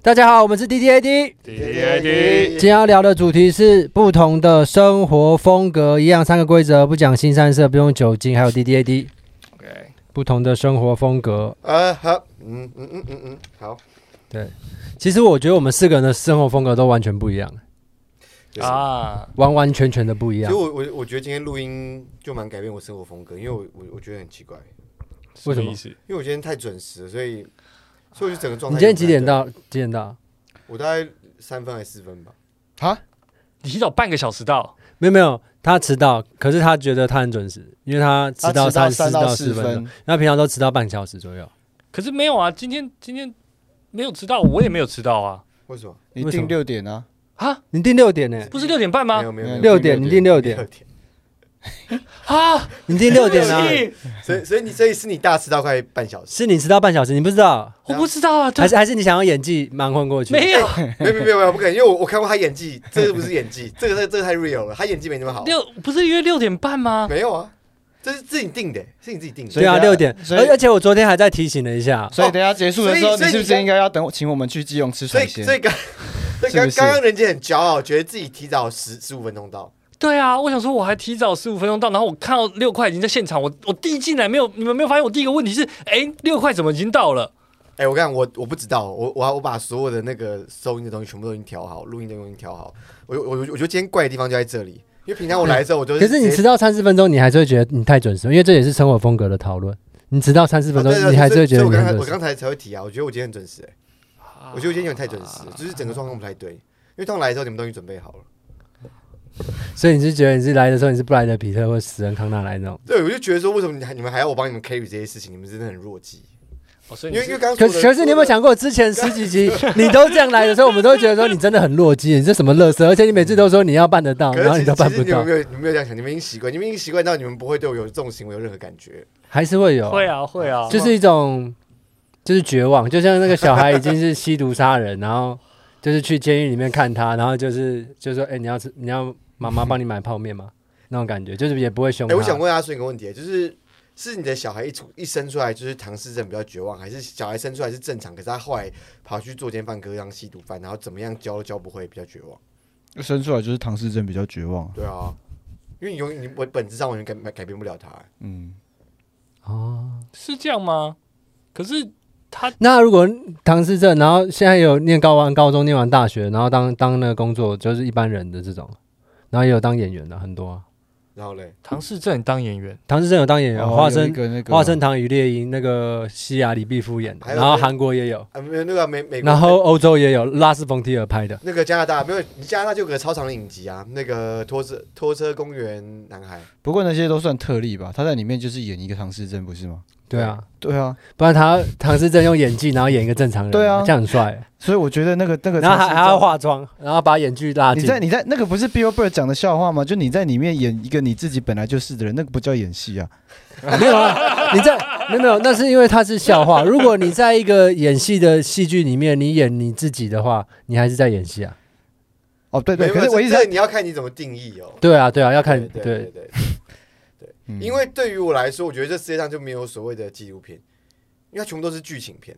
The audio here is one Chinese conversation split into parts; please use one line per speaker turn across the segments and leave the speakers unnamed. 大家好，我们是 D D A D。
滴滴 ID，
今天要聊的主题是不同的生活风格，一样三个规则，不讲新三色，不用酒精，还有 D D A D。
OK，
不同的生活风格，
呃，好，嗯嗯嗯嗯嗯，好，
其实我觉得我们四个人的生活风格都完全不一样，
啊，
啊，
完完全全的不一
其
样
实。我我我觉得今天录音就蛮改变我生活风格，因为我我我觉得很奇怪，
为什么
意思？
因为我今天太准时了，所以所以我就整个状态。
你今天几点？到？几点到？
我大概三分还是四分吧。
你提早半个小时到，
没有没有，他迟到，可是他觉得他很准时，因为他迟
他
到
迟到
三
三
到
到
四
四
分钟
分，，
那平常都迟到半小时左右。
可是没有啊，今天今天没有迟到，我也没有迟到啊，
为什么？
你
为什么
定六点啊？
啊，
你定六点呢、
不是六点半
没
吗？
有没有没有
嗯
六点，你定六点，
六点，
啊，
你定六点 啊？
对不起
所以所以你所以是你大迟到快半小时？
是你迟到半小时，你不知道，
我不知道啊，
还
对，
是还是你想要演技蛮混过去？
没有
没有没有没有没有，不可能，因为我我看过他演技，这个不是演技，这个这个这个太 real 了，他演技没那么好。
六，不是约六点半吗？
没有啊，这是自己定的，是你自己定的。
所以
对啊，
等下
六点。
所以
而而且我昨天还在提醒了一下，
所以等一下结束的时
哦所以
候，你
所以
是不
你
是
看
应该要等我请我们去基隆吃
所
海
以
鲜
所？以刚所以
是
刚
不是
刚刚人家很骄傲，觉得自己提早十十五分钟到。
对啊，我想说我还提早十五分钟到，然后我看到六块已经在现场，我我递进来没有？你们没有发现我第一个问题是，哎，六块怎么已经到了？
哎、我看我我不知道，我我我把所有的那个收音的东西全部都已经调好，录音的东西调好。我我我我觉得今天怪的地方就在这里，因为平常我来的时候我都
可是你
直
迟
接
到三十分钟，你还是会觉得嗯你太准时，因为这也是生活风格的讨论。你迟到三十分钟
啊对，啊
你还是会觉得
所
你
以所以我刚
很
才我
准时。
刚才才会提啊，我觉得我今天很准时、哎，
啊
我觉得我今天有点太准时了，就是整个状况不太对。因为通常来的时候你们都已经准备好了，
所以你是觉得你是来的时候你是布莱德皮特或死人康纳来那种？
对，我就觉得说为什么你还你们还要我帮你们 carry 这些事情，你们真的很弱鸡。
哦，所以
因
你
为因为
是
刚刚
可
说的
可是你有没有？想过，之前十几 集你都这样来的时候，我们都会觉得说你真的很弱鸡，你这什么乐色？而且你每次都说你要办得到，
可
然后
是
你
其实
都办
其
不
实你
到
们没，有你们没有这样想，你们已经习惯，你们已经习惯到你们不会对我有这种行为有任何感觉。
还是会有，
会啊会啊，
就是一种就是绝望，就像那个小孩已经是吸毒杀人，然后就是去监狱里面看他，然后就是就说，哎、你要吃，你要妈妈帮你买泡面吗？ 那种感觉，就是也不会凶
哎、
他。
我想问阿顺一个问题，就是是你的小孩一出一生出来就是唐氏症比较绝望，还是小孩生出来是正常，可是他后来跑去做奸犯科当吸毒犯，然后怎么样教都教不会，比较绝望？
生出来就是唐氏症比较绝望。
对啊，因为你永你我本质上完全改改变不了他、
嗯，
是这样吗？可是他
那如果唐氏症，然后现在有念高完高中，念完大学，然后当当那个工作就是一般人的这种，然后也有当演员的很多、啊。
然后嘞，
唐氏症当演员，
唐氏症有当演员，
然
哦
后
化
哦有一
身
个那个
化身唐与猎鹰，那个西雅李必夫演的，
还有
然后
那个
韩国也有，
啊没有那个美美国，
然后欧洲也有，拉斯冯提尔拍的。
那个加拿大没有，你加拿大就有个超长的影集啊，那个拖车拖车公园男孩，
不过那些都算特例吧，他在里面就是演一个唐氏症，不是吗？
对啊，
对啊，
不然他唐诗正用演技，然后演一个正常人，
对啊
这样很帅。
所以我觉得那个那个
然后
唐氏
还
症，
还要化妆，然后把眼距拉
你
近。
在你在那个不是 Bill Burr 讲的笑话吗？就你在里面演一个你自己本来就是的人，那个不叫演戏啊。
没有啊？你在没有没有？那是因为他是笑 话。如果你在一个演戏的戏剧里面，你演你自己的话，你还是在演戏啊。
哦，对对，
没有
可是
没有
我一直
这
在
这你要看你怎么定义哦。
对啊，对啊，要看
对对对
对。
对，
嗯
因为对于我来说，我觉得这世界上就没有所谓的纪录片，因为它全部都是剧情片。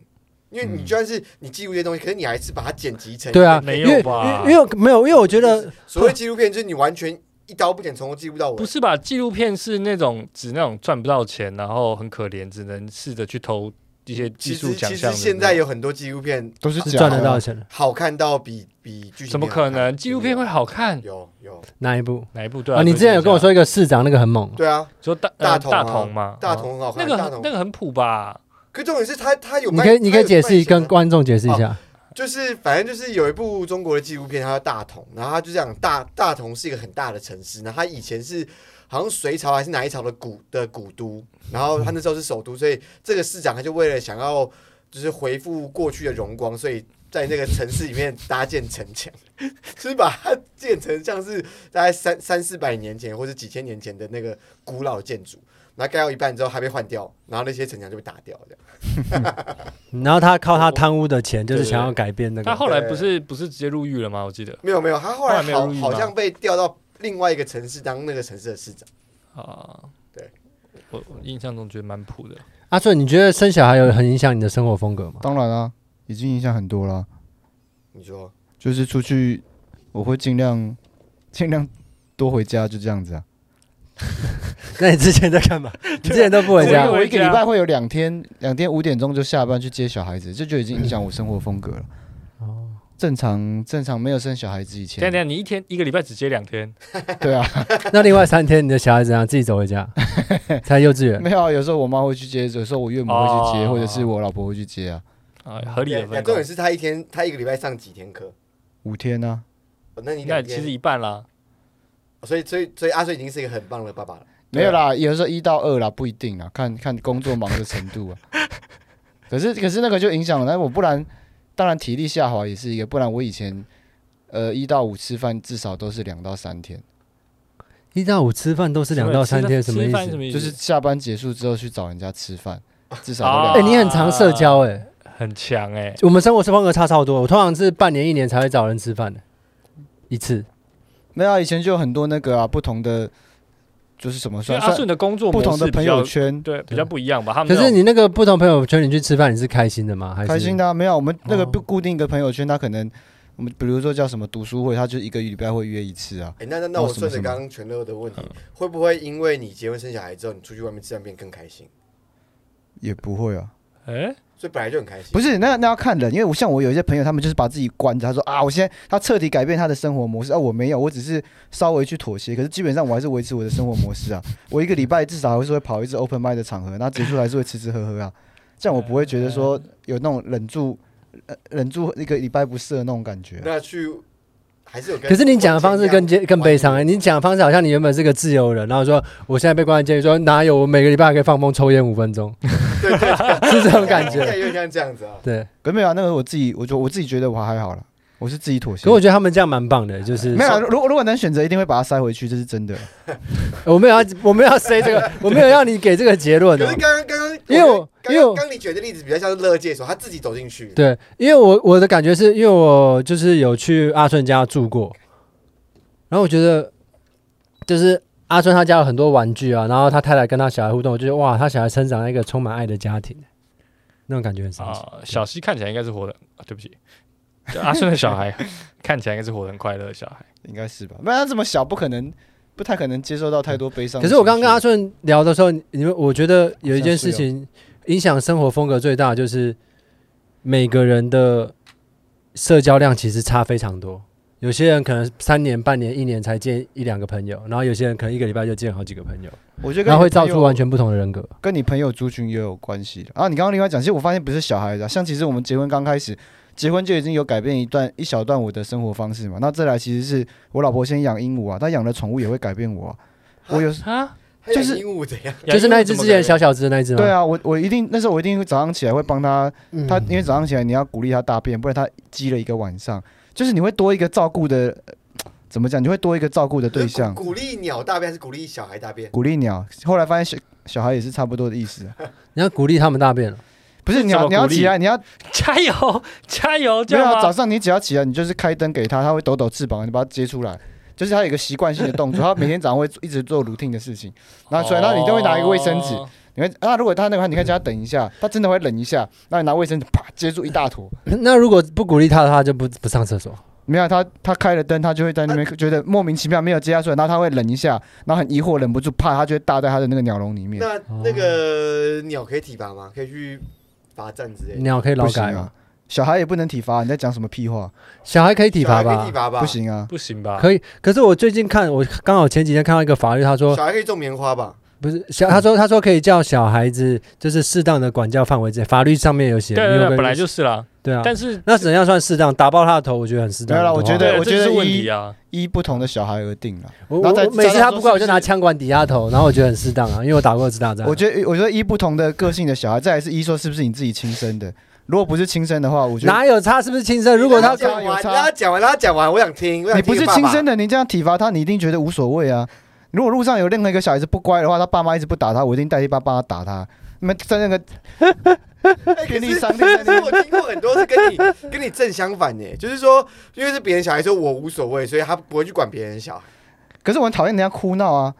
因为你就算是你记录这些东西，可是你还是把它剪辑成
对啊，
没
因为
有吧
因为因为没有，因为我觉
就
得
是所谓纪录片，就是你完全一刀不剪，从头记录到尾。
不是吧？纪录片是那种指那种赚不到钱，然后很可怜，只能试着去投一些技
其
术
实
奖
其
项
实
的。
现在有很多纪录片
都是
是
假
赚
的
得
啊
到钱的。
好看到比比剧情
怎么
片好
可
看
能？纪录片会好看？
啊有有
哪一部
哪一部？对
啊？你之前有跟我
说
说一个市长那个很猛，
对啊，
说大
大
呃
同啊
大同嘛，
大
哦
同很好
那
看，
个
大
很
同
那。个很普吧？
可重点是他他有
你
卖，
可以你可以
它有
解释
卖钱啊
跟观众解释一
哦
下。
就是反正就是有一部中国的纪录片，它叫《大同》，然后它就讲大大同是一个很大的城市，然后它以前是好像隋朝还是哪一朝的古的古都，然后它那时候是首都，所以这个市长他就为了想要就是回复过去的荣光，所以在那个城市里面搭建城墙， 就是把它建成像是大概三三四百年前或者几千年前的那个古老建筑。然后盖到一半之后，还被换掉，然后那些城墙就被打掉，这样。
然后他靠他贪污的钱，就是想要改变那
他
个。
后来不是不是直接入狱了吗？我记得
没有没有，他后来
后来没有
好
入狱吗
好像被调到另外一个城市当那个城市的市长。
啊，
对，
我我印象中觉得蛮普的。
啊阿顺，你觉得生小孩有很影响你的生活风格吗？
当然啊，已经影响很多了。
你说
就是出去我会尽量尽量多回家，就这样子啊。
那你之前在干嘛？你之前都不回
对
家
啊
我一个
回家
礼拜会有两天，两天五点钟就下班去接小孩子，这就已经影响我生活风格了。
哦，
正常正常没有生小孩子以
等一下等一
前，
下，你一天一个礼拜只接两天，
对啊，
那另外三天你的小孩怎样？自己走回家，才幼稚园。
没有啊，有时候我妈会去接，有时候我岳母会去接，
哦
或者是我老婆会去接啊。
啊，合理的
嗯对
分
重
工
点，是他一天他一个礼拜上几天课？
五天啊呢、
哦那你
那
两
其
天哦
实，一半啦。
所以所以啊所以阿水已经是一个很棒的爸爸了。
没有
啊
啦，有时候一到二啦，不一定啦，看看工作忙的程度啊。可是可是那个就影响了，那我不然当然体力下滑也是一个，不然我以前呃一到五吃饭至少都是两到三天，
一到五吃饭都是两到三天，什么意
吃饭
思？
意思？
就是下班结束之后去找人家吃饭，至少都
啊
两
哎、你很常社交哎、
很强哎，
我们生活风格差超多。我通常是半年一年才会找人吃饭的，一次。
没有、啊，以前就有很多那个啊，不同的就是什么
所以
算
阿
算
顺的工作
不同的
模式比
朋
较
友圈，
对比较不一样吧？他
可
们
是你那个不同朋友圈，你去吃饭，你是开心的吗？还是
开心的、啊、没有，我们那个
哦
不固定一个朋友圈，他可能我们比如说叫什么读书会，他就一个礼拜会约一次啊。
哎，那那那
哦
我
什么
顺着
什么
刚刚全乐的问题，会不会因为你结婚生小孩之后，你出去外面吃饭变更开心？
也不会啊，
哎，
所以本来就很开心。
不是那那要看人，因为我像我有一些朋友，他们就是把自己关着，他说啊，我现在他彻底改变他的生活模式啊，我没有，我只是稍微去妥协，可是基本上我还是维持我的生活模式啊， 我一个礼拜至少还是会跑一次 open m i d 的场合，那结束还是会吃吃喝喝 啊，这样我不会觉得
嗯
说有那种忍住呃忍住一个礼拜不适的那种感觉啊、
那去还是有跟。
可是你讲的方式更接更悲伤哎、
哎、
你讲的方式好像你原本是个自由人，然后说我现在被关在监狱，说哪有我每个礼拜还可以放风抽烟五分钟，
对对 对，
是这种感
现在
觉。
有点像这样子啊。
对，
可没有啊，那个我自己，我就我自己觉得我还好了，我是自己妥协。
可我觉得他们这样蛮棒的，就是
没有啊，如果如果能选择，一定会把它塞回去，这是真的。
我没有要我没有要 say 这个，我没有要你给这个结论哦
可
的
是。刚刚刚刚，
啊因为我
觉得
因为我
刚刚刚你举的例子比较像是乐界所，他自己走进去，
对，因为我我的感觉是因为我就是有去阿顺家住过，然后我觉得就是阿顺他家有很多玩具啊，然后他太太跟他小孩互动，我觉得哇，他小孩生长在一个充满爱的家庭，那种感觉很神奇。
啊，小西看起来应该是活的，啊对不起，就阿顺的小孩看起来应该是活得很快乐的小孩。
应该是吧？不然他这么小，不可能，不太可能接受到太多悲伤
可
的情绪。
是我刚刚跟阿顺聊的时候，你你们我觉得有一件事
好像
情影响生活风格最大，就是每个人的社交量其实差非常多。有些人可能三年、半年、一年才见一两个朋友，然后有些人可能一个礼拜就见好几个朋友，
我觉得跟
然后会
你朋
造
友
出完全不同的人格。
跟你朋友族群也有关系的啊。你刚刚另外讲，其实我发现不是小孩子、啊，像其实我们结婚刚开始，结婚就已经有改变一段一小段我的生活方式嘛。那再来其实是我老婆先养鹦鹉啊，她养的宠物也会改变我、啊。我有
啊，
他养
就是
鹦鹉怎样？
就是那一只之前小小只的那一只吗？
对啊，我我一定那时候我一定会早上起来会帮她
嗯，
他因为早上起来你要鼓励他大便，不然他积了一个晚上，就是你会多一个照顾的，呃怎么讲？你会多一个照顾的对象
鼓，鼓励鸟大便还是鼓励小孩大便？
鼓励鸟。后来发现小小孩也是差不多的意思，啊
你要鼓励他们大便了。
不是
是
你
怎
要
么
你要
鼓励
起来，你要
加油加油，
没
这
有
样
啊早
吗？
上你只要起来，你就是开灯给他，他会抖抖翅膀，你把它接出来。就是他有一个习惯性的动作，他每天早上会一直做 routine 的事情，拿出来，那你都会拿一个卫生纸，
哦
你会啊，如果他那个，你可以叫他等一下，他真的会冷一下，那你拿卫生纸啪接住一大坨，
那那如果不鼓励他的话，就不不上厕所。
没有，他他开了灯，他就会在那边觉得莫名其妙没有接下出来，然后他会冷一下，然后很疑惑，忍不住怕，他就会搭在他的那个鸟笼里面。
那那个鸟可以体罚吗？可以去罚站之类的？
鸟可以劳
不行
改
啊
吗？，
小孩也不能体罚，你在讲什么屁话？
小孩可以体
小
罚
孩可以
吧
体？罚吧？
不，行啊，
不行吧？
可以。可是我最近看，我刚好前几天看到一个法律，他说
小孩可以种棉花吧？
不是小，他说他说可以叫小孩子，就是适当的管教范围之内，法律上面有写。
对
你
对
有
对，
跟
本来就是啦。
对啊。
但是
那怎样算适当？打爆他的头，我觉得很适当
没
的话。
有啦我觉得
对这就是
我觉得
问
一
题 啊，
依不同的小孩而定啊了。
我
然后再
我每次他不乖，我就
加上说是不是
拿枪管抵他头，然后我觉得很适当啊，因为我打过一次大战。
我觉得我觉得依不同的个性的小孩，再来是依说是不是你自己亲生的，如果不是亲生的话，我觉得。哎
哪有差？是不是亲生？如果他
让讲
有
完，
差
让他讲完，让他讲完，我想听。我想
你
听
不是
爸爸
亲生，的，你这样体罚他，你一定觉得无所谓啊。如果路上有任何一个小孩子不乖的话，他爸妈一直不打他，我一定代替爸爸打他。那么在那个
哎
便利
可是
商店
可是我听过很多是跟你跟你正相反的，就是说，因为是别人小孩，说我无所谓，所以他不会去管别人小孩。
可是我很讨厌人家哭闹啊。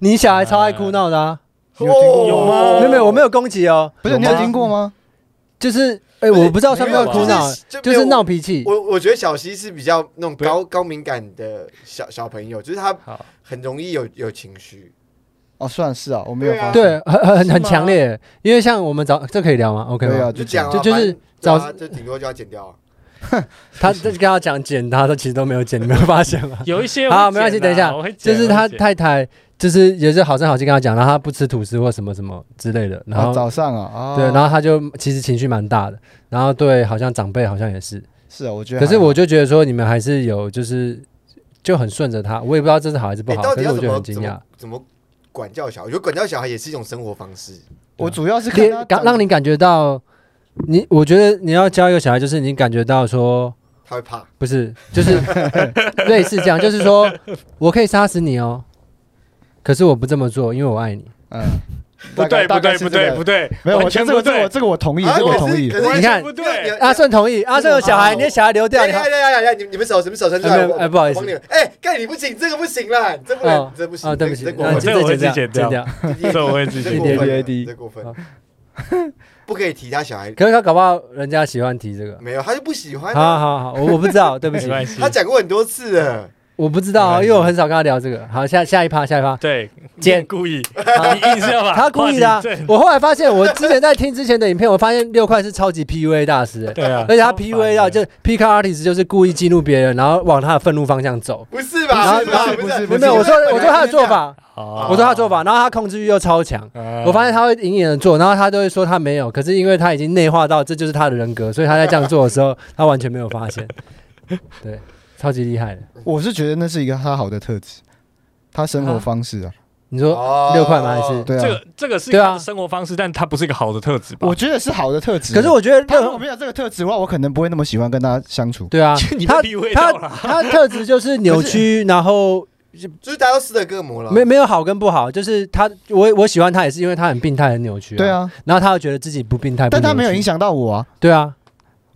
你小孩超爱哭闹的啊！
你有听过
有吗
啊没有没有，我没有攻击哦，
哎不是你有
吗
听过吗？
就是哎，我不知道算不
没有
算
吧
啊
哭闹，啊
就
就
没有
是闹脾气。
我我觉得小溪是比较那种
不要
高高敏感的小小朋友，就是他
好，
很容易有有情绪。
哦，算是啊，我没有
对啊
发现。
对，很很
是
很
吗
强烈，因为像我们早这可以聊吗？OK
对啊，
吗？
就
这样
讲
就就是
早、
早
啊、就顶多就要剪掉啊。
他这跟他讲剪，他都其实都没有剪，你没有发现吗？
有一些
好
我会
没关系
剪啊
等一下
我会剪
就是
我会
他
剪
太太，就是也是好声好气跟他讲，然后他不吃吐司或什么什么之类的，然
啊，
后
早上啊，啊，
对，然后他就其实情绪蛮大的，然后对好像长辈好像也是，
是啊，我觉得
可
还好，
是我就觉得说你们还是有就是就很顺着他，我也不知道这是好还是不
你
好，
到
可
底
是
要
我
怎
就
么
很惊
怎
讶
么，怎么管教小孩？我觉得管教小孩也是一种生活方式。
我主要是看他
连感
长
让你感觉到你，我觉得你要教一个小孩，就是你感觉到说。
他会怕，
不是， 就是类似这样，就是说我可以杀死你哦，可是我不这么做，因为我爱你。
嗯，
不
大
对
概
不对不对，
大概是这
不
个
对，
没有，我
完
这
全
个
不
这个
对
我，这个我同意，
啊
这个
可
我
是
同意
可。是
你看
不
你
对，
阿顺同意，阿顺有小孩，
我
你的小孩流掉，
哎
你
呀
还
呀呀呀！你你们手什么手伸出
哎没
来？
有
我
哎不好意思
我帮你们哎，干你不行，这个不行啦，这不
哦
能，这不行
啊，对不起
这，
那就
过
这
分
个我
剪
会自己
剪
剪掉
掉。
这
这我会自己
这
剪
过
一
分
点
了，
点
这过分
好，
不可以提他小孩，
可是他搞不好人家喜欢提这个。
没有，他就不喜
哎
欢
好
啊，
好好，我我不知道，对不
没
起，
关系
他。讲过很多次了。
我不知道啊，因为我很少跟他聊这个。好，下下一趴，下一趴，
对，
剪
你故意，你硬是要把
他故意的啊
话题对。
我后来发现，我之前在听之前的影片，我发现六块是超级 PUA 大师，哎
对啊，
而且他
超烦
PUA 到
的
就是 PK artist 就是故意激怒别人，然后往他的愤怒方向走。
不是
然
吧？
后
不是吧？
不是
没有没有，我说我说他的做，法，
好
我说他的做法，然后他控制欲又超强。
啊
我发现他会隐隐的做，然后他都会说他没有，可是因为他已经内化到这就是他的人格，所以他在这样做的时候，他完全没有发现。对，超级厉害的。
我是觉得那是一个他好的特质，他生活方式啊，
你
哦
说六块吗？还是？
对
这
啊，
个啊这个是
对啊
他的生活方式，但他不是一个好的特质吧？，
我觉得是好的特质。啊
可是我觉得
他如果
任
没有这个特质的话，我可能不会那么喜欢跟他相处。
对啊
你
他
被 PUA
他
到了，
他特质就是扭曲，然后
就是达到斯德哥尔摩了。
没没有好跟不好，就是他我我喜欢他也是因为他很病态很扭曲。
对，啊，
然后他又觉得自己不病态，
但
哎不扭
他
曲
没有影。响到我啊，
对啊，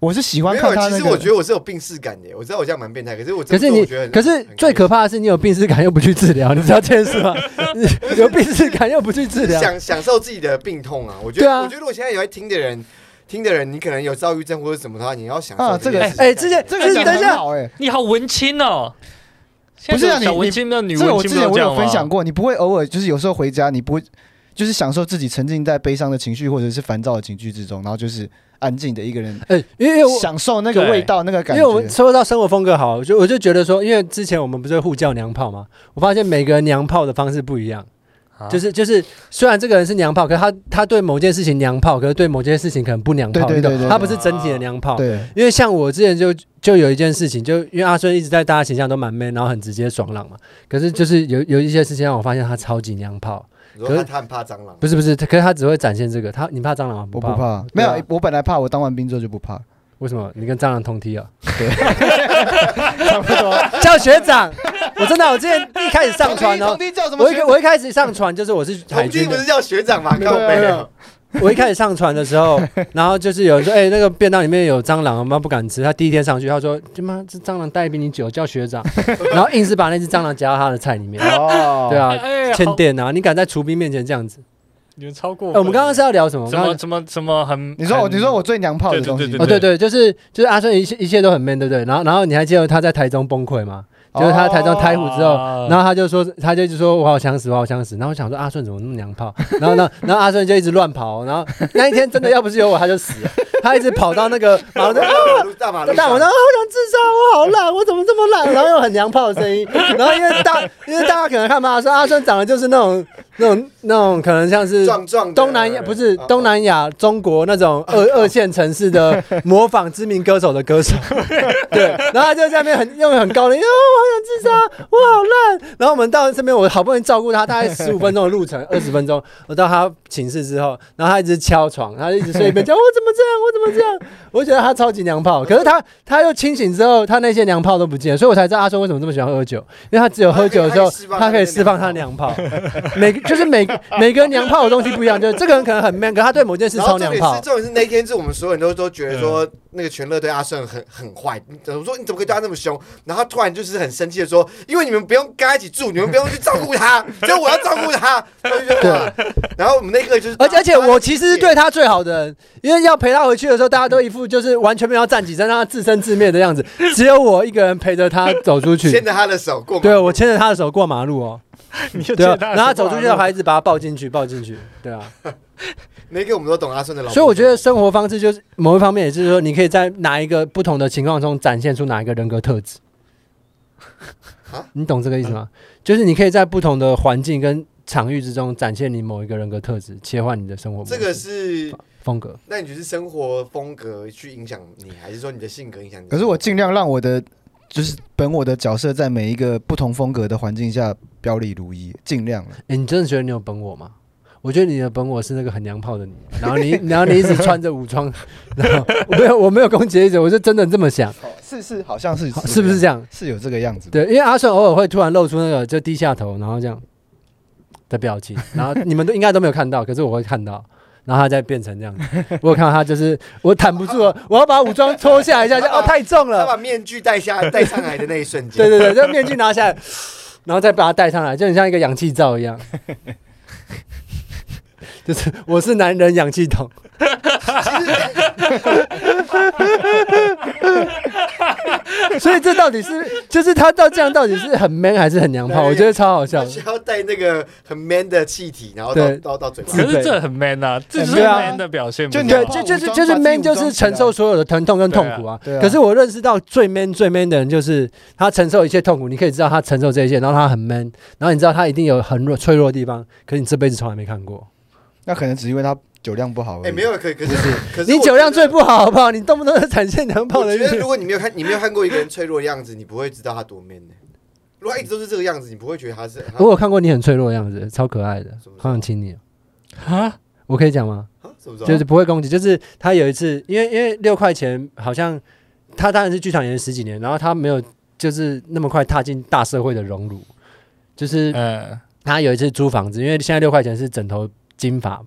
我是喜欢
没
看
有，
他
其
那
实我觉
个。
得我是有病视感的，我知道我这样蛮变态，可是我这
可
么
是
做
你
我觉得很，
可是最可怕的是，你有病耻感又不去治疗，你知道这件事吗？你有病耻感又不去治疗，
享享受自己的病痛啊！我觉
对
得，
啊
我觉得我现在有在听的人，听的人，你可能有躁郁症或者什么的话，你要享受
啊
这
这个
件事情
哎哎之前
这
哎
个
你
讲
等一
得
下
很好哎，
你好文青哦。
不是
现
啊
在
你
小文青的女
这个
文
我
青
之
没
前
有
我
这
有
样
分享
吗？
过，你不会偶尔就是有时候回家，你不会就是享受自己沉浸在悲伤的情绪或者是烦躁的情绪之中，然后就是安静的一个人
哎、因为我
享受那个
对
味道那个
因
感
为我们
觉。
说到生活风格好，我就我就觉得说，因为之前我们不是互叫娘炮嘛，我发现每个人娘炮的方式不一样，
啊
就是就是虽然这个人是娘炮，可是他他对某件事情娘炮，可是对某件事情可能不娘炮，
对对对
你懂
对
他不是整体的娘炮。
对，
因为像我之前就就有一件事情，就因为阿顺一直在大家形象都蛮 man，然后很直接爽朗嘛，可是就是有有一些事情让我发现他超级娘炮，
你说
可是
他他很怕蟑螂，
不是不是，他可是他只会展现这个，他你怕蟑螂吗？
我不
怕，
怕，没
对啊
有，我本来怕，我当完兵之后就不怕，
为什么？你跟蟑螂同梯啊？
差不多。
叫学 长，我真的，我之前一开始上船哦
同，梯叫什么
我一
学？
我一开始上船就是我是海
同居
军
不
的
是，叫学长吗？
没有
靠背
没
啊
有，
我一开始上船的时 候，然后就是有人说，哎、那个便当里面有蟑螂，我妈不敢吃。他第一天上去，他说，他妈这蟑螂带比你久，叫学 长，然后硬是把那只蟑螂夹到他的菜里面。
哦，
对啊，
哎，
欠
好
电啊！你敢在厨兵面前这样子？
你们超过
哎、
分了。
我们刚刚是要聊什么？我
什
们刚
么
刚
什么什么很？
你说我，
很啊
你说我最娘炮的
对对
东西，
对
哦，对对，就是就是阿顺一切一切都很 man，对不对？然后然后你还记得他在台中崩溃吗？就是他台中开虎之后，
啊
然后他就说，他就一直说我好想死，我好想死。然后我想说阿顺怎么那么娘炮？然后呢，然后阿顺就一直乱跑。然后那一天真的要不是有我，他就死了。他一直跑到那个马路上，
大马路 大马
大我
路上
说啊，我想自杀，我好懒，我怎么这么懒？然后用很娘炮的声音，然后因为大，因为大家可能看嘛，说阿顺长得就是那种那种那种可能像是
壮壮的
东南亚不是
啊
东南亚中国那种二二线城市 的模仿知名歌手的 歌手，对，然后他就在那边很用很高的音，哦，我好想自杀，我好烂。然后我们到这边，我好不容易照顾他， 大概十五分钟的路程，二十分钟，我到他寝室之后，然后他一直敲床，他一直睡一边，讲我怎么这样，我怎么这样，我觉得他超级娘炮。可是他他又清醒之后，他那些娘炮都不见了，所以我才知道阿顺为什么这么喜欢喝酒，因为他只有喝酒的时候，
他可以
他可以释放他的
他的
娘炮。每个就是每个每个人娘炮的东西不一样，就是这个人可能很 man，可他对某件事
然
超
后重
娘
点
炮
是，。重点是那天是我们所有人都都觉得说那个全乐对阿胜很很坏，我说你怎么可以对他那么凶？然后他突然就是很生气的说，因为你们不用跟他一起住，你们不用去照顾他，所以我要照顾他。他就觉得哇然后我们那刻就是，
而且而且我其实是对他最好的人，因为要陪他回去的时候，大家都一副就是完全没有要站起身，让他自生自灭的样子，只有我一个人陪着他走出
牵
去。
着他的手过马路，
对，啊我牵着他的手过马路哦，
你就
对啊
见，他
然后他走出去的孩子把他抱进去，抱进去，对啊。
那刻我们都懂阿胜的老婆。
所以我觉得生活方式就是某一方面，也是说你可以在哪一个不同的情况中展现出哪一个人格特质
啊。
你懂这个意思吗？就是你可以在不同的环境跟场域之中展现你某一个人格特质，切换你的生活模式
这个是，
风格。
那你觉得是生活风格去影响你，还是说你的性格影响你？
可是我尽量让我的就是本我的角色在每一个不同风格的环境下表里如一，尽量了。
哎、你真的觉得你有本我吗？我觉得你的本我是那个很娘炮的你，然后 你，然后你一直穿着武装，然后我没有，我没有攻击的意思，我是真的这么想，
是是，好像是
好是不是这样？
是有这个样子？，
对，因为阿顺偶尔会突然露出那个就低下头，然后这样的表 情，然后你们都应该都没有看到，可是我会看到，然后他再变成这样子，我有看到他就是我弹不 住了，我要把武装脱下来一下，就哦太重
他
了，
把面具戴下戴上来的那一瞬间，
对对对，就面具拿下来，然后再把它戴上来，就很像一个氧气罩一样。就是我是男人氧气筒， 所以这到底是就是他到这样到底是很 man 还是很娘炮？我觉得超好笑
他。需要带那个很 man 的气体，然后到
对
到到嘴巴。
可是这很 man 啊，这就是
对啊
man 的表现。
就
不
你
是
对
吗，
就就是就是 man 就是承受所有的疼痛跟痛苦啊。
对啊，
可是我认识到最 man 最 man 的人，就是他承受一切痛苦，你可以知道他承受这一切，然后他很 man，然后你知道他一定有很弱脆弱的地方，可是你这辈子从来没看过。
那可能只是因为他酒量不好而已。
哎，没有，可可是可是
你
我
酒量
觉得
最不好，好不好？你动不动就展现娘炮
我
的一
觉得
面
如。果你没有看，你没有看过一个人脆弱的样子，你不会知道他多 man 呢、如果他一直都是这个样子，你不会觉得他是。他
我有看过你很脆弱的样子，超可爱的
什么时候，
好想亲你哦。
啊，
我可以讲吗？
啊什么时候？
就是不会攻击，就是他有一次，因为因为六块钱好像他当然是剧场演员十几年，然后他没有就是那么快踏进大社会的荣辱，就是
嗯，
他有一次租房子，因为现在六块钱是枕头金发，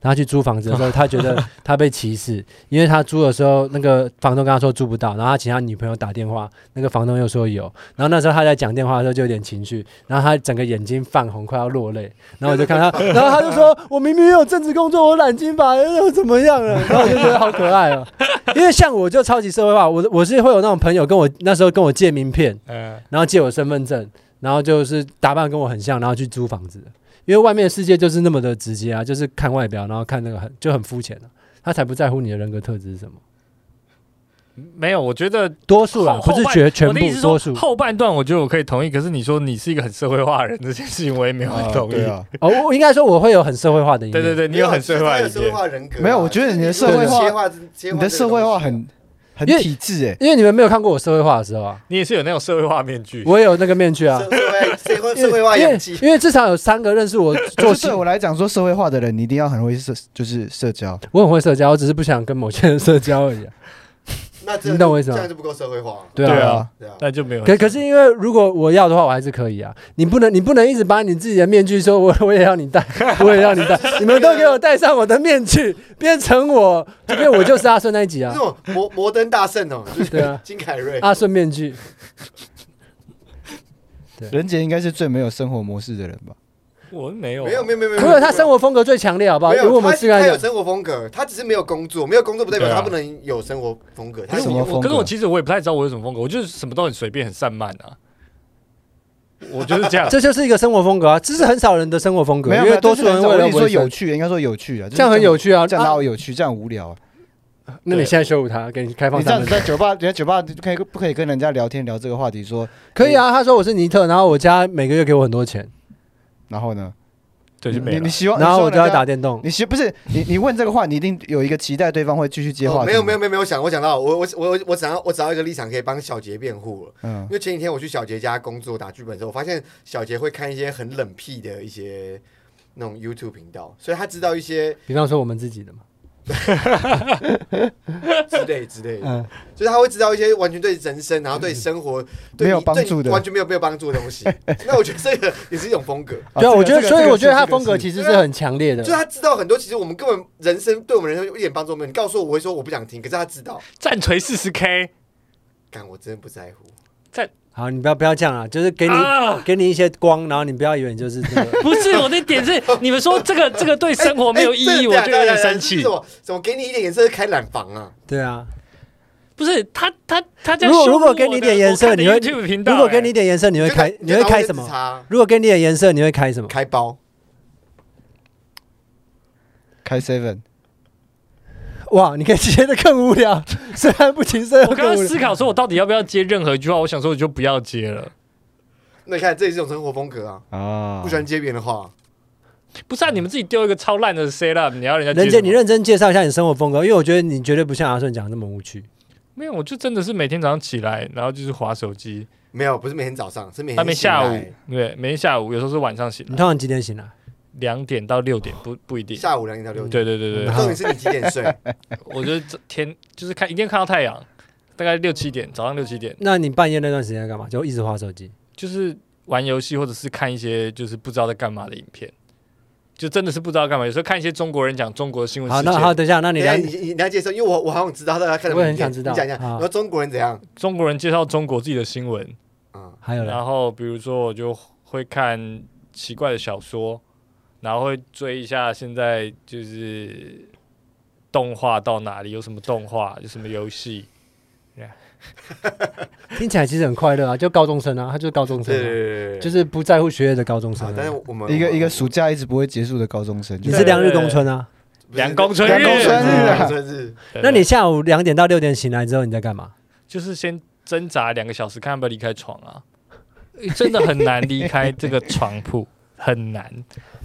然后去租房子的时候，他觉得他被歧视，因为他租的时候那个房东跟他说租不到，然后他请他女朋友打电话，那个房东又说有，然后那时候他在讲电话的时候就有点情绪，然后他整个眼睛泛红，快要落泪，然后我就看他，然后他就说我明明有正职工作，我染金发又怎么样了？然后我就觉得好可爱哦、因为像我就超级社会化，我我是会有那种朋友跟我那时候跟我借名片。
嗯，
然后借我身份证，然后就是打扮跟我很像，然后去租房子的。因为外面的世界就是那么的直接啊，就是看外表，然后看那个很就很肤浅啊，他才不在乎你的人格特质是什么。
没有，我觉得
多数啦，
后
不是
后半
绝全
我的意思
部，
是
多
说
数。
后半段，我觉得我可以同意。可是你说你是一个很社会化的人，这件事情我也没有很
啊
哎同意
对。啊，
哦，我应该说我会有很社会化的一面。
对对对，你
没有
有很社会化
他
的
有
一
社会
面，
化人格啊、
没有我觉得你的社
会
化
切换切换
你的社会化
这个东西啊
很很
因为
体制哎、
因为你们没有看过我社会化的时候啊，
你也是有那种社会化面具。
我也有那个面具啊。
社社会社
因为
会社会化
因
演
为
技。
因为至少有三个认识我做
可
戏
是对，我来讲，说社会化的人，你一定要很会社，就是社交。
我很会社交，我只是不想跟某些人社交而已啊、
那这
你懂我意思吗
这样就不够社会化，
对啊
对。
啊，
对啊。
那就没有。
可可是因为如果我要的话，我还是可以啊。你不能，你不能一直把你自己的面具说， 我我也要你戴，我也要你 戴，你们都给我戴上我的面具，变成我，这边我就是阿顺那一集
那
啊，
种摩摩登大圣哦，就是
对啊
金凯瑞，
阿顺面具。
任杰应该是最没有生活模式的人吧？
我没有啊，
没有没有没有没
可是他生活风格最强烈，好不好？
没
因为我
有，
们
他
四个
他有
人，
生活风格，他只是没有工作，没有工作不代表
对啊
他不能有生活风格。
可
他
是
什
我
么
我
风格
可是我其实我也不太知道我有什么风格，我就是什么都很随便，很散漫啊。我就是这样。
这就是一个生活风格啊，这是很少人的生活风格，
没有，
因
没
为
有
多数人
但是
为
我
了
跟你说
维
有
生，
趣，应该说有趣啊，就是
这样很有趣啊。
这样哪
啊
有有趣？这样无聊啊！
那你现在羞辱他，给你开放
你这
三
样
分
子
钟。
在酒吧，人家酒吧可以不可以跟人家聊天聊这个话题？说，
可以啊，他说我是尼特，然后我家每个月给我很多钱，
然后呢？
对，就没
你
了
你。希望，
然后我
你
就
希望
要
人家
打。电动。
你希不是你你问这个话，你一定有一个期待，对方会继续接话
哦
题、
没有没有没有没有，我想我想到我我我我想要我找到一个立场可以帮小杰辩护了。
嗯
因，为前几天我去小杰家工作打剧本的时候，我发现小杰会看一些很冷僻的一些那种 YouTube 频道，所以他知道一些
比方说我们自己的嘛，
之类之类的，
嗯，
就是他会知道一些完全对人生，然后对生活对
没有
你
帮
对你
助的
完全没有没有帮助的东 西。那我觉得这个也是一种风格，
啊
对啊，
这个
我觉得，
这个
所以
这个
我觉得他
是这个
风格
是
其实是很强烈的
啊就是。他知道很多，其实我们根本人生对我们人生一点帮助都没有。你告诉我，我会说我不想听，可是他知道，
战锤四十 K
干我真的不在乎。
好，你不要不要这样啊，就是给你
啊，
给你一些光，然后你不要以为你就是这 个。
不是我的点是，你们说 这个这个对生活没有意
哎
义，我
啊
就有点生气
怎。么怎么给你一点颜色是开染房啊？
对啊，
不是他他他这
如
样
果
羞辱
如果给
我
你
的
点颜色
我看的
你会
YouTube 频道，
如果给你一
哎
点颜色，你会开
就
你会开什么
就拿卫生纸？擦啊
如果给你点颜色，你会开什么？
开包，
开 seven，
哇，你可以接的更无聊， 虽然不情 色又
我刚
更
刚
无
思
聊。
考说，我到底要不要接任何一句话？我想说，我就不要接了。
那你看这也是一种生活风格啊。
啊
不喜欢接别人的话，
不是啊，
嗯
你们自己丢一个超烂的 set up，你要人家
人
接什
杰，
么
你认真介绍一下你生活风格，因为我觉得你绝对不像阿顺讲的那么无趣。
没有？我就真的是每天早上起来，然后就是划手机，
没有，不是每天早上，是每
那
天
边下
醒
午
来
对，每天下午有时候是晚上醒
你
来，
通常几点醒来？啊
嗯
两点到六点不不一定。
下午两点到六点。
对对对对
嗯，
重点是你 几点睡？
我觉得这天就是看一定看到太阳，大概六七点，早上六七点，
那你半夜那段时间在干嘛？就一直划手机。
就是玩游戏或者是看一些就是不知道在干嘛的影片，就真的是不知道干嘛。有时候看一些中国人讲中国的新闻
好，
事
那好，
件，
等一下，那你
你
两
你你了解说，因为我我好想知道大家看什么
我也很
影片
想知道
你讲一下，
啊
然后中国人怎样？
中国人介绍中国自己的新闻，
嗯，
还有嘞，
然后比如说我就会看奇怪的小说，然后会追一下现在就是动画到哪里，有什么动画，有什么游戏。
听起来其实很快乐啊，就高中生啊，他就是高中生
对对
啊，
对对，
就是是不在乎学业的高中生
啊
啊。，
但是我们
一个一个暑假一直不会结束的高中生，就
你
是
是梁日东村啊？
两公村
日
啊两公村日，
那你下午两点到六点醒来之后你在干嘛？
就是先挣扎两个小时，看要不要离开床啊，真的很难离开这个床铺， 很难。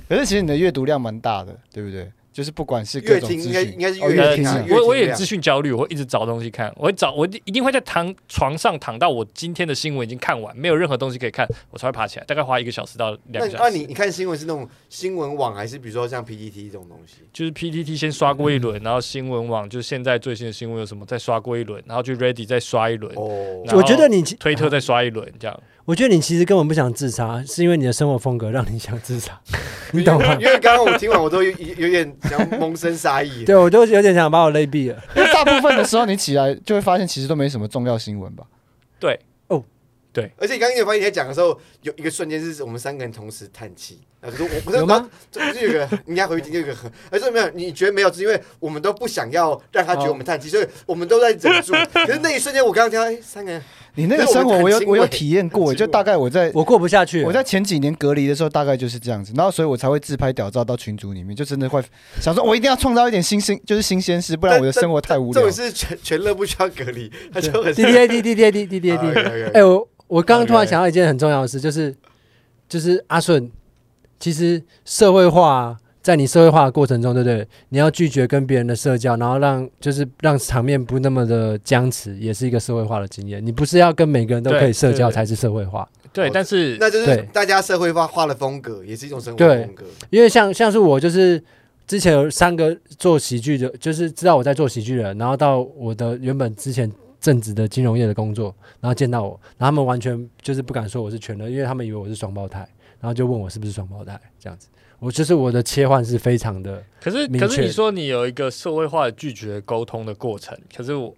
可是其实你的阅读量蛮大的，对不对？就是不管是各
乐
种
听
资
应该
讯，
应该是
哦
乐
阅
听
听
啊
量，
阅
呃我我
听
也
量
资讯焦虑，我会一直找东西看，我会找，我一定会在躺床上躺到我今天的新闻已经看完，没有任何东西可以看，我才会爬起来，大概花一个小时到两
那
个
你
小
那
时。
你你看新闻是那种新闻网，还是比如说像 PPT 这种东西？
就是 PTT 先刷过一轮，然后新闻网就是现在最新的新闻有什么再刷过一轮，然后去 Ready 再刷一轮，
哦
然，后
我觉得你其
推特再刷一轮，这样。
我觉得你其实根本不想自杀，是因为你的生活风格让你想自杀，你懂吗？
因为刚刚我听完，我都有有有点想萌生杀 意。
对，我都有点想把我勒毙了。
因为大部分的时候你起来就会发现其实都没什么重要新闻吧。
对，
而且刚刚有发现你在讲的时候，有一个瞬间是我们三个人同时叹气。啊，可是我不是
有吗？
就是有一个，你应该回去听，就有一个很，而且没有，你觉得没有，是因为我们都不想要让他觉得
哦
我们叹气，所以我们都在忍住。可是那一瞬间，我刚刚听到，哎，三个人
你那个生活我
那我很
有
欣慰
我有体验过，
很欣慰
就大概我在
我过不下去了。
我在前几年隔离的时候大概就是这样子，然后所以我才会自拍屌照到群组里面，就真的会想说我一定要创造一点新新就是新鲜事，不然我的生活太无
这
聊
种。是全全乐不需要隔离，他就 很
滴滴滴滴滴滴滴滴滴。
哎
哎，我我刚刚突然
OK
想到一件很重要的事，就是就是阿顺，其实社会化在你社会化的过程中，对不对？你要拒绝跟别人的社交，然后让就是让场面不那么的僵持，也是一个社会化的经验。你不是要跟每个人都可以社交
对对
才是社会化，
对，
哦
但是
那就是
对
大家社会化化的风格，也是一种生活
对
风格。
因为像像是我就是。之前有三个做喜剧的，就是知道我在做喜剧的人，然后到我的原本之前正职的金融业的工作，然后见到我，然后他们完全就是不敢说我是全的，因为他们以为我是双胞胎，然后就问我是不是双胞胎这样子。我就是我的切换是非常的，
可是
明
可是
确
你说你有一个社会化的拒绝沟通的过程，可是我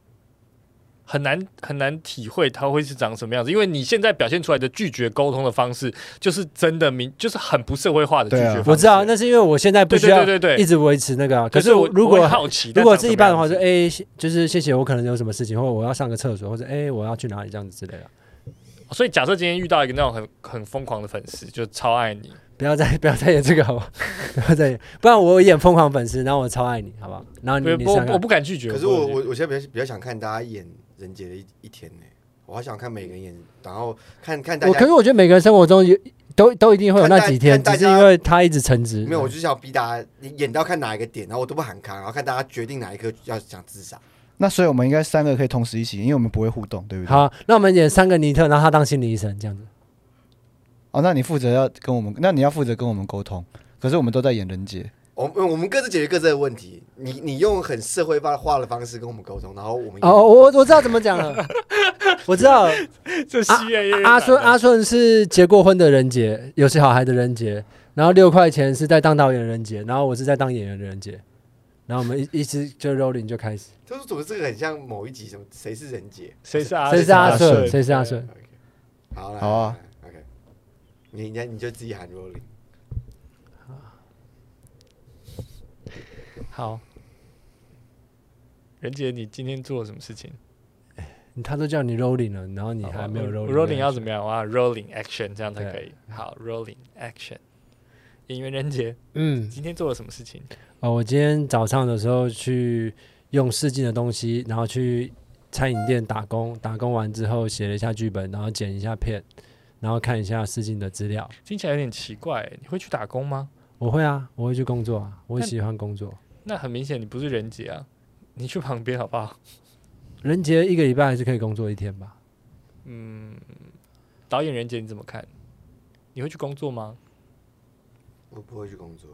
很难很难体会它会是长什么样子，因为你现在表现出来的拒绝沟通的方式，就是真的明，就是很不社会化的拒
对啊
绝方式。
我知道，那是因为我现在不
对
需
对
要
对对
一
对。
直维持那个、啊。可
就是
我如
我会
果
好奇，
如果是一般的话，
是
说哎、就是谢谢，我可能有什么事情，或者我要上个厕所，或者哎、我要去哪里这样子之类的。
所以假设今天遇到一个那种很很疯狂的粉丝，就超爱你，
不要再 不要再演这个好不好？不要再演，不然我演疯狂粉丝，然后我超爱你，好不好？然后啊你
我
你
我
想
我
想
不敢拒绝。
可是我
不
我
敢拒
我现在比较比较想看大家演人杰的一一天呢、我好想看每个人演，然后看看大
我可
家
是我觉得每个人生活中有都都一定会有
看大
那几天，
看大
只
家
是因为他一直称职。
没有，我就是要逼大家你演到看哪一个点，然后我都不喊卡，然后看大家决定哪一刻要想自杀。
那所以我们应该三个可以同时一起，因为我们不会互动，对不对？
好，那我们演三个尼特，然后他当心理医生这样子。
哦，那你负责要跟我们，那你要负责跟我们沟通。可是我们都在演人杰，
我们我们各自解决各自的问题。你你用很社会化化的方式跟我们沟通，然后我们
哦，我我知道怎么讲 了，我知道
这西元也有
啊阿顺
版的
阿顺是结过婚的人杰，有小孩的人杰，然后六块钱是在当导演的人杰，然后我是在当演员的人杰，然后我们一一直就 rolling 就开始，
他说怎么这个很像某一集什么谁是人杰？
谁是阿
谁是阿顺，
顺？
谁是阿顺？
OK，好了，
好啊
，OK，你你你就自己喊 rolling。
好，
任杰，你今天做了什么事情？
他都叫你 rolling 了，然后你还没有 rolling，
rolling 要怎么哦样？我要 rolling action 这样才可以。好，rolling action。演员任杰，
嗯，
今天做了什么事情？
哦，我今天早上的时候去用试镜的东西，然后去餐饮店打工，打工完之后写了一下剧本，然后剪一下片，然后看一下试镜的资料。
听起来有点奇怪，你会去打工吗？
我会啊，我会去工作啊，我
那
喜欢工作。
那很明显你不是任杰啊，你去旁边好不好？
人杰一个礼拜还是可以工作一天吧？
嗯，导演任杰你怎么看？你会去工作吗？
我不会去工作。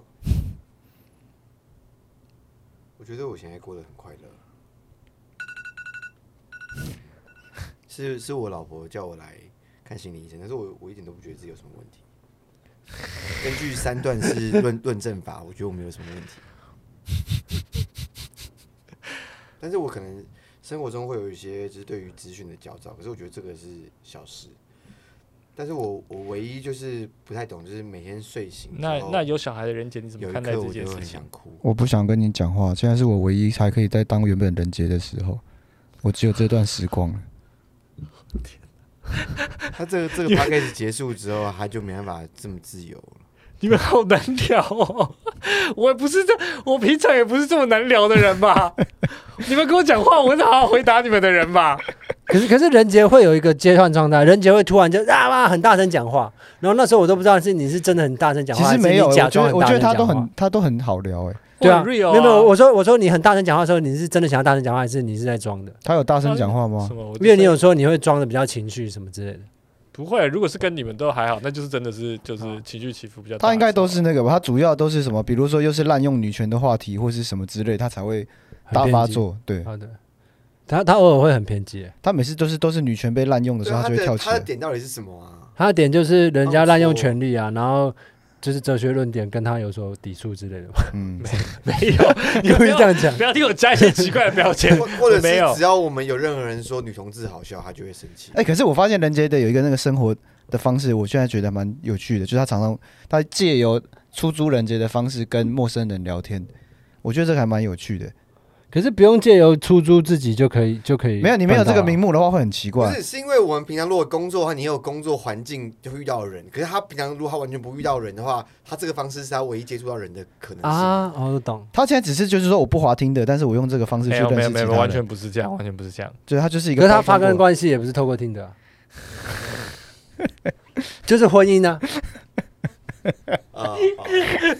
我觉得我现在过得很快乐。 是是我老婆叫我来看心理医生，但是我我一点都不觉得自己有什么问题。根据三段式论 论证法，我觉得我没有什么问题。但是我可能生活中会有一些就是对于资讯的焦躁，可是我觉得这个是小事。但是我我唯一就是不太懂，就是每天睡醒之
那
后
那有小孩的任杰你怎
有
么
一
看待
刻
这
我
件
就
事
很
情
想？哭。
我不想跟你讲话，现在是我唯一还可以在当原本人杰的时候， 我只有这段时光了。
他这个这个 p a c a s 结束之后，他就没办法这么自由了。
你们好难聊哦！ 我不是这，我平常也不是这么难聊的人 吧？你们跟我讲话，我是好好回答你们的人吧？
可是可是人杰会有一个阶段状态，人杰会突然就啊哇很大声讲话，然后那时候我都不知道是你是真的很大声讲
其
话，
实没
还
有，
是
我
你假
觉
装
得我觉得
大
他
声
都
讲话
很他都很好聊，哎，
对啊，
我很 real 啊
没有没有，我说我说你很大声讲话的时候，你是真的想要大声讲话，还是你是在装的？
他有大声讲话吗
什？么？我
因为你有时候你会装的比较情绪什么之类的。
不会？如果是跟你们都还好，那就是真的是就是情绪起伏比较大。
啊他应该都是那个吧？他主要都是什么？比如说又是滥用女权的话题或是什么之类，他才会
很
大
偏
发
激。
作。对
好的，他他偶尔会很偏激耶，
他每次都是都是女权被滥用的时候，
他
他就会跳
的
起
他的
来。
点到底是什么啊？
他的点就是人家滥用
没错
权力啊，然后就是哲学论点跟他有所抵触之类的 嘛，
嗯，
没有，你
故
不
意
要
这样讲。
不要听我加一些奇怪的标签
或。或者
没有
是只要我们有任何人说女同志好笑，他就会生气。
哎、可是我发现任杰的有一个那个生活的方式，我现在觉得蛮有趣的，就是他常常他借由出租人杰的方式跟陌生人聊天，我觉得这个还蛮有趣的。
可是不用借由出租自己就可以就可以办到啊，
没有你没有这个名目的话会很奇
不
怪。
是，是因为我们平常如果工作的话，你有工作环境就会遇到人，可是他平常如果他完全不遇到人的话，他这个方式是他唯一接触到人的可能性。
啊，哦我懂。
他现在只是就是说我不滑听的，但是我用这个方式去
没有
认识
没有
其
没有，
他
完
人
全不是这样，完全不是这样。
对他就是一
可
个
是他
包
发
装
生
过。
关系也不是透过听 的、啊，就是婚姻呢、
啊，啊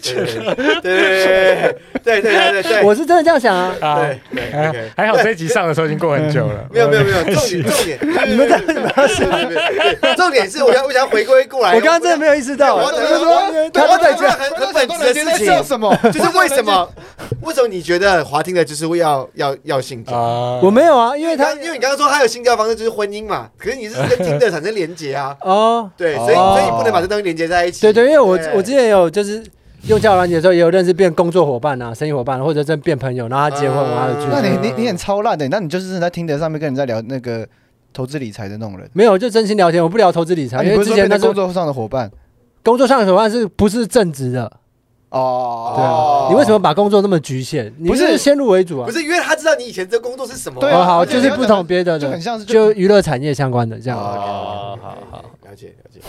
对对对对对对对对对对，
我是真的这样想啊。
啊，
对对
哎
还
OK。
还好这一集上的时候已经过很久了。
没有没有没有，重点重点，你们你们重点是我要我想回归
哎
过来，
我刚刚真的没有意识到，
我
我
我
就说
我
他都在这样，
很很本质的事
叫
情，
什么？
就是为什么？为什么你觉得华听的就是会要要要性交？
啊，
我没有啊，因为
他
他
因为你刚刚说他有性交方式就是婚姻嘛，可是你是跟听的产生连结啊，
哦，
对，
哦
所以所以你不能把这东西连接在一起。
对对，因为我我之前有就是用交友软件的时候，也有认识变工作伙伴啊、生意伙伴，或者真变朋友，然后他结婚，我
啊
他的聚
那
会
你你你很超烂的，那你就是真的在听的上面跟人在聊那个投资理财的那种人。
没有就真心聊天，我不聊投资理
啊、
财，
你
因
不
为之
是说
前
变
那
成
时候
工作上的伙伴
工作上的伙伴是不是正职的？
哦？
对啊，你为什么把工作那么局限？你
不是
是先入为主啊
不？是因为他知道你以前这工作是什么，
对
哦，
啊
好，
而且
就是
你要
不
怎么
同别的
就
的
很，像是
就娱乐产业相关的这样。哎
哦好好，
了解了解。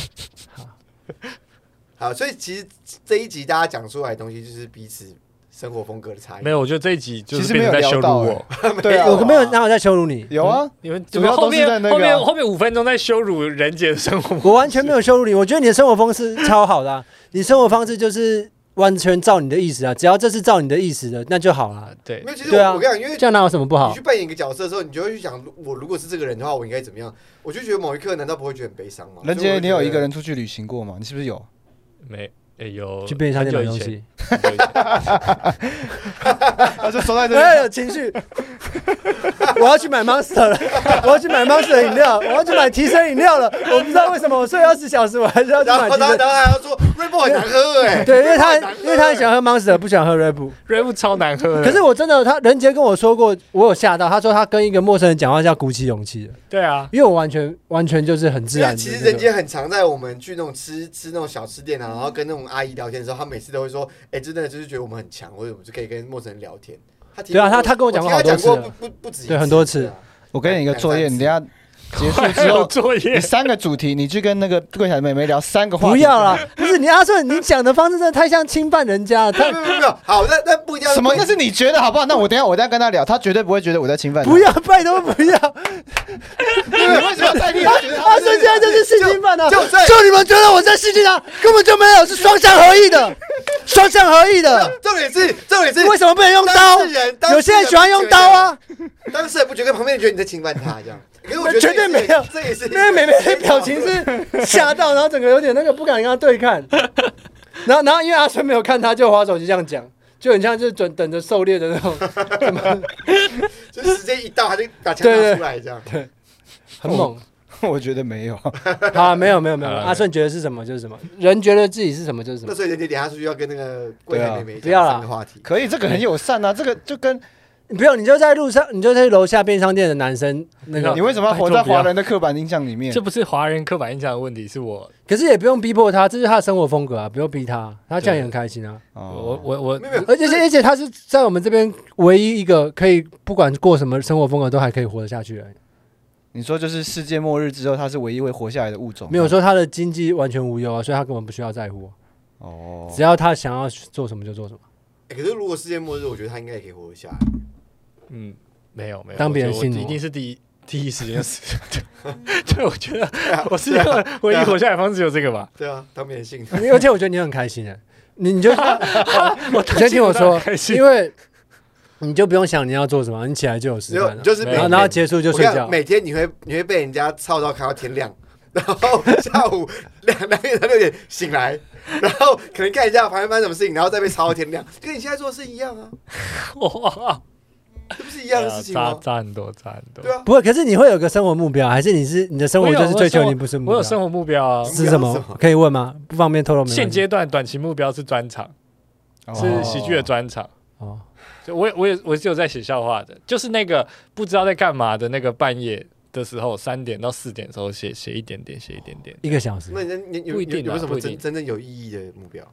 好，所以其实这一集大家讲出来的东西就是彼此生活风格的差异。
没有，我觉得这一集就
其
是
实
变成
没
在
有
羞
聊
辱
到
我。
对啊，
我哎没有哪有在羞辱你，
有啊，
你们
主要
后
都是
面
在那个
后
啊
面后面五分钟在羞辱人杰的生活，
我完全没有羞辱你，我觉得你的生活方式超好的、啊， 你生活方式就是完全照你的意思啊，只要这是照你的意思的，那就好了，
对
没，有，其实
对啊
我我跟你讲，因为
这样哪有什么不
你
好
去？扮演一个角色的时候，你就会去想，我如果是这个人的话，我应该怎么样？我就觉得某一刻，难道不会觉得很悲伤吗？
任
所以
杰，
我就
你有
觉得
一个人出去旅行过吗？你是不是有？
没哎有
去便利商店买
很久
东
以前
西。
很久以前
他就收在这
哎，
边。
有情绪， 我要去买 Monster 了， 我要去买 Monster 饮料，我要去买提神饮料了。我不知道为什么我睡二十小时，我还是要去
然后
买提
然后
神。
然后还要说 Red Bull 很难喝哎、
对，因为他
Red Bull 很难喝
因为他很喜欢喝 Monster，不想喝 Red Bull。
瑞布超难喝的，
可是我真的，他任杰跟我说过，我有吓到。他说他跟一个陌生人讲话是要鼓起勇气的，
对啊，
因为我完全完全就是很自
因
然
为
的那
其
种。
实人家很常在我们去那种吃吃那种小吃店啊，然后跟那种阿姨聊天的时候，她每次都会说：“哎、真的就是觉得我们很强，或者我们就可以跟陌生人聊天。”她提
对啊她
我
她跟我讲过
我听她
好多
过
次了
不不不止一
对很多次
对啊
我给你一个作业，你等一下 结束
还
之
有
后，
作
你
业，
三个主题，你去跟那个柜台妹妹聊三个话题。
不要啦，不是你阿顺，你讲的方式真的太像侵犯人家了，
没
太
有没有没有，好，那那不一定要
什么？那是你觉得好不好？那我等一下我等一下跟他聊，他绝对不会觉得我在侵犯他。
不要，拜托不 要。
哎你为什么要在意？我觉得
阿顺现在就是性侵犯啊！
就在
就你们觉得我在性侵他，根本就没有，是双向合意的，双向合意的。
重点是重点是
为什么不能用刀
当事人？当事人
有些人喜欢用刀啊，
当事人不觉得旁边人觉得你在侵犯他 这样？可是我觉得
绝对没有
这也是
那个妹妹的表情是吓到，然后整个有点那个不敢跟他对看。然后，然后因为阿春没有看他，就滑手机这样讲，就很像就是准等着狩猎的那种，
就是时间一到他就把枪拿出来这样。
很猛。
我觉得没有。
好啊，没有没有没有，
好了
阿顺觉得是什么就是什么，人觉得自己是什么就是什
那
么。
所以人家等下出去要跟那个柜台妹
对
妹
啊不要啦
这个话题。
可以，这个很友善啊，这个就跟
不用，你就在路上，你就在楼下便利商店的男生那个
你，为什么要活
拜
在
托不要
华人的刻板印象里面
这？不是华人刻板印象的问题，是我
可是也不用逼迫他，这是他的生活风格啊，不用逼他，他这样也很开心啊。
我
哦，
我我
没有没有，
而且而且他是在我们这边唯一一个可以不管过什么生活风格都还可以活得下去的人，
你说就是世界末日之后，他是唯一会活下来的物种。
没有说他的经济完全无忧啊，所以他根本不需要在乎啊、
哦，
只要他想要做什么就做什么。
欸可是如果世界末日，我觉得他应该也可以活得下啊来。
嗯，没有没有，
当别人
我
信
我一
我
定是第一第一时间死。对，我觉得我是唯一活下来的方式就这个吧。
对啊，当面信。
而且我觉得你很开心哎、你你就
我
你先听我说
开，心
因为你就不用想你要做什么，你起来就啊有时
只有
间了，
就是每
然后
天
然后结束就
我
睡
跟你
觉
讲，。每天你会你会被人家操到看到天亮， 然后下午两两点到六点醒来，然后可能看一下旁边发生什么事情，然后再被操到天亮，跟你现在做的事一样啊，
哇，
这不是一样的事情
哎呀
啊
吗
渣？渣很多，渣很多。
对啊，
不会，可是你会有个生活目标，还是你是你的生活
我有
就是追求你不是目
我有
标？
生活目标啊，
是什么
什么？
可以问吗？不方便透露没关系。
现阶段短期目标是专场，是喜剧的专场。
哦，
就我也我也我是有在写笑话的，就是那个不知道在干嘛的那个半夜的时候，三点到四点的时候写写一点点，写一点点。
啊一个小时
那。你你有
不一
有有
定
没有
啊
什
不
么
一
真
定
真正有意义的目标？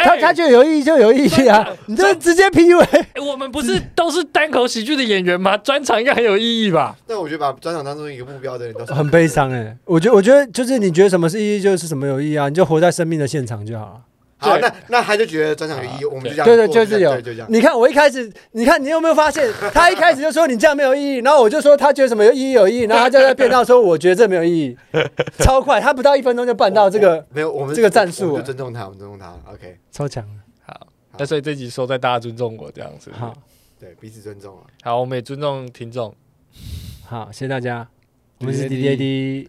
他他觉得有意义就有意义啊，你就直接 PUA。
哎我们不 是都是单口喜剧的演员吗？专场应该很有意义吧？
但我觉得把专场当中一个目标的人都是
很悲伤哎、我觉得我觉得就是你觉得什么是意义，就是什么有意义啊，你就活在生命的现场就好了。
好，
对
那那他就觉得专场有意义，我们就这样
啊对对，
过
就是有
对就这样。。
你看我一开始，你看你有没有发现，他一开始就说你这样没有意义，然后我就说他觉得什么有意义有意义，然后他就在变道说我觉得这没有意义，超快，他不到一分钟就办到这个，
没有，我们
这个战术
我们
啊
就尊重他，我们尊重他。OK，
超强的。
好，那所以这集收在大家尊重我这样子。
好，
对，彼此尊重啊。
好，我们也尊重听众。
好，谢谢大家，我们是 DDAD。